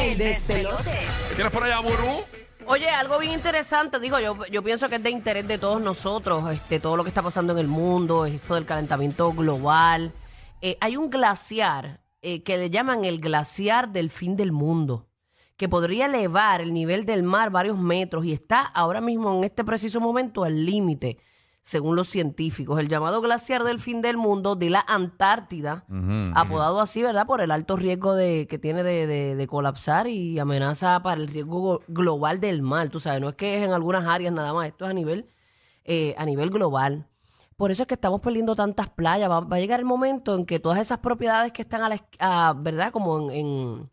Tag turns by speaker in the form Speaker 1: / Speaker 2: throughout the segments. Speaker 1: El despelote.
Speaker 2: ¿Qué tienes por allá, Burbu?
Speaker 3: Oye, algo bien interesante, digo, yo, yo pienso que es de interés de todos nosotros, este, todo lo que está pasando en el mundo, esto del calentamiento global. Eh, hay un glaciar eh, que le llaman el glaciar del fin del mundo, que podría elevar el nivel del mar varios metros y está ahora mismo en este preciso momento al límite, según los científicos. El llamado glaciar del fin del mundo de la Antártida, apodado así, ¿verdad? Por el alto riesgo de, que tiene de, de- de colapsar y amenaza para el riesgo global del mar. Tú sabes, no es que es en algunas áreas nada más, esto es a nivel, eh, a nivel global. Por eso es que estamos perdiendo tantas playas. Va, va a llegar el momento en que todas esas propiedades que están a la, esqu- a- ¿verdad? Como en, en-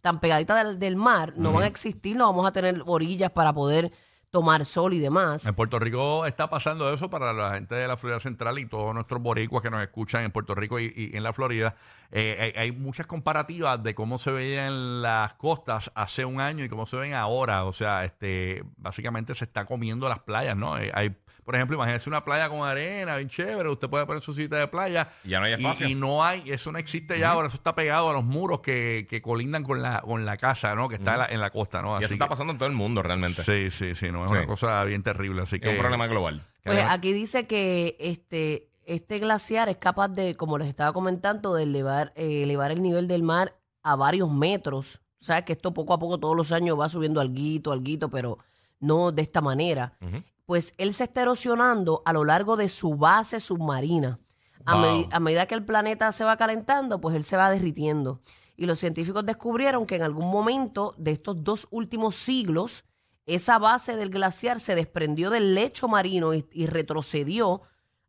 Speaker 3: tan pegaditas del, del mar, no van a existir, no vamos a tener orillas para poder tomar sol y demás.
Speaker 2: En Puerto Rico está pasando eso para la gente de la Florida Central y todos nuestros boricuas que nos escuchan en Puerto Rico y, y en la Florida. Eh, hay, hay muchas comparativas de cómo se veían las costas hace un año y cómo se ven ahora. O sea, este, básicamente se está comiendo las playas, ¿no? Eh, hay, por ejemplo, imagínese una playa con arena, bien chévere. Usted puede poner su cita de playa.
Speaker 4: Y ya no hay espacio.
Speaker 2: y no hay, eso no existe ya ahora. Eso está pegado a los muros que, que colindan con la, con la casa, ¿no? Que está en, la, en la costa, ¿no?
Speaker 4: Y eso
Speaker 2: Así
Speaker 4: está
Speaker 2: que-
Speaker 4: pasando en todo el mundo realmente.
Speaker 2: Sí, sí, sí, no, es
Speaker 4: Sí.
Speaker 2: una cosa bien terrible, así que...
Speaker 4: Es un problema global.
Speaker 3: Pues
Speaker 2: Caramba.
Speaker 3: aquí dice que este, este glaciar es capaz de, como les estaba comentando, de elevar, eh, elevar el nivel del mar a varios metros. O sea, que esto poco a poco todos los años va subiendo alguito, alguito, pero no de esta manera.
Speaker 4: Ujú.
Speaker 3: Pues él se está erosionando a lo largo de su base submarina. A,
Speaker 2: Wow.
Speaker 3: medi- a medida que el planeta se va calentando, pues él se va derritiendo. Y los científicos descubrieron que en algún momento de estos dos últimos siglos, esa base del glaciar se desprendió del lecho marino y, y retrocedió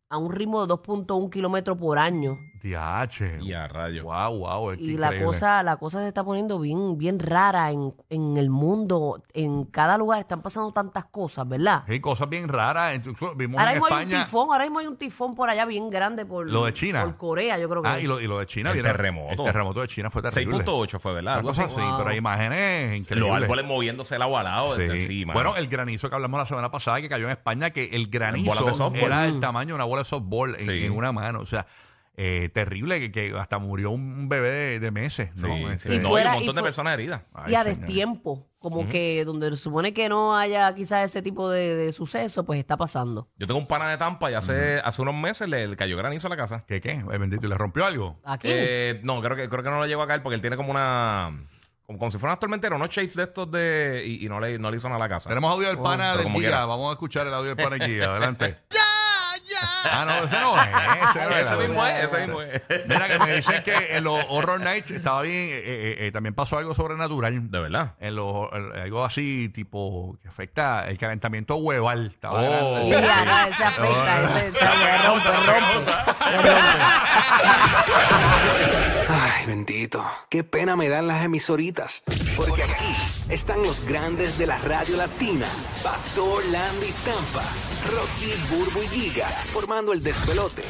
Speaker 3: a un ritmo de 2.1 kilómetros por año.
Speaker 2: Diache.
Speaker 4: Y a rayo.
Speaker 2: Wow, wow, es que
Speaker 3: Y la
Speaker 2: increíble.
Speaker 3: cosa, la cosa se está poniendo bien, bien rara en, en el mundo. En cada lugar están pasando tantas cosas, ¿verdad?
Speaker 2: Hay cosas bien raras. Incluso Vimos
Speaker 3: Ahora
Speaker 2: en
Speaker 3: mismo hay un
Speaker 2: España.
Speaker 3: tifón, ahora mismo hay un tifón por allá bien grande por,
Speaker 2: Lo de China.
Speaker 3: por Corea, yo creo que.
Speaker 2: Ah,
Speaker 3: es.
Speaker 2: y lo, y lo de China.
Speaker 4: El
Speaker 2: ¿vieron?
Speaker 4: terremoto.
Speaker 2: El terremoto de China fue terrible.
Speaker 4: 6.8 fue, ¿verdad?
Speaker 2: Una
Speaker 4: Algo
Speaker 2: cosa
Speaker 4: así.
Speaker 2: así, pero hay imágenes increíbles.
Speaker 4: Los árboles moviéndose lado a lado.
Speaker 2: Sí.
Speaker 4: este, sí, mano.
Speaker 2: bueno, eh, el granizo que hablamos la semana pasada que cayó en España, que el
Speaker 4: Bolas de
Speaker 2: granizo
Speaker 4: softball.
Speaker 2: era
Speaker 3: Mm.
Speaker 2: del tamaño de una bola de softball en,
Speaker 4: Sí.
Speaker 2: en una mano. O sea, eh, terrible que, que hasta murió un bebé de, de meses.
Speaker 4: Sí,
Speaker 2: ¿no?
Speaker 4: sí.
Speaker 2: Este,
Speaker 4: No, y
Speaker 3: fuera-
Speaker 4: un
Speaker 3: y
Speaker 4: montón de
Speaker 3: fue-
Speaker 4: personas heridas.
Speaker 2: ay,
Speaker 3: y a
Speaker 2: señor.
Speaker 3: destiempo, como que donde se supone que no haya quizás ese tipo de, de suceso, pues está pasando.
Speaker 4: Yo tengo un pana de Tampa y hace, hace unos meses le, le cayó granizo a la casa.
Speaker 2: ¿Qué qué? Eh, Bendito, ¿y le rompió algo?
Speaker 3: Aquí.
Speaker 4: Eh, no, creo que, creo que no lo llegó a caer porque él tiene como una... Como, como si fuera una tormentera, unos shades de estos de... Y, y no, le, no le hizo nada a la casa.
Speaker 2: Tenemos audio del pana
Speaker 4: Oh, pero
Speaker 2: del
Speaker 4: como
Speaker 2: día.
Speaker 4: quiera.
Speaker 2: Vamos a escuchar el audio del pana aquí. Adelante. ¡Ya! ¡Ya! Ah, no, ese no es. Ese, no es,
Speaker 4: ese
Speaker 2: el
Speaker 4: mismo
Speaker 2: audio.
Speaker 4: es, ese mismo es.
Speaker 2: Mira, que me dicen que en los Horror Nights estaba bien. eh, eh, eh, también pasó algo sobrenatural.
Speaker 4: De verdad.
Speaker 2: En los, en- algo así, tipo, que afecta el calentamiento hueval. Estaba
Speaker 4: Oh.
Speaker 2: grande.
Speaker 3: Y ya, no, ese afecta, ese se rompe, rompe.
Speaker 5: Ay, bendito. Qué pena me dan las emisoritas. Porque aquí están los grandes de la radio latina. Pastor, Landy, Tampa, Rocky, Burbu y Giga, formando el despelote.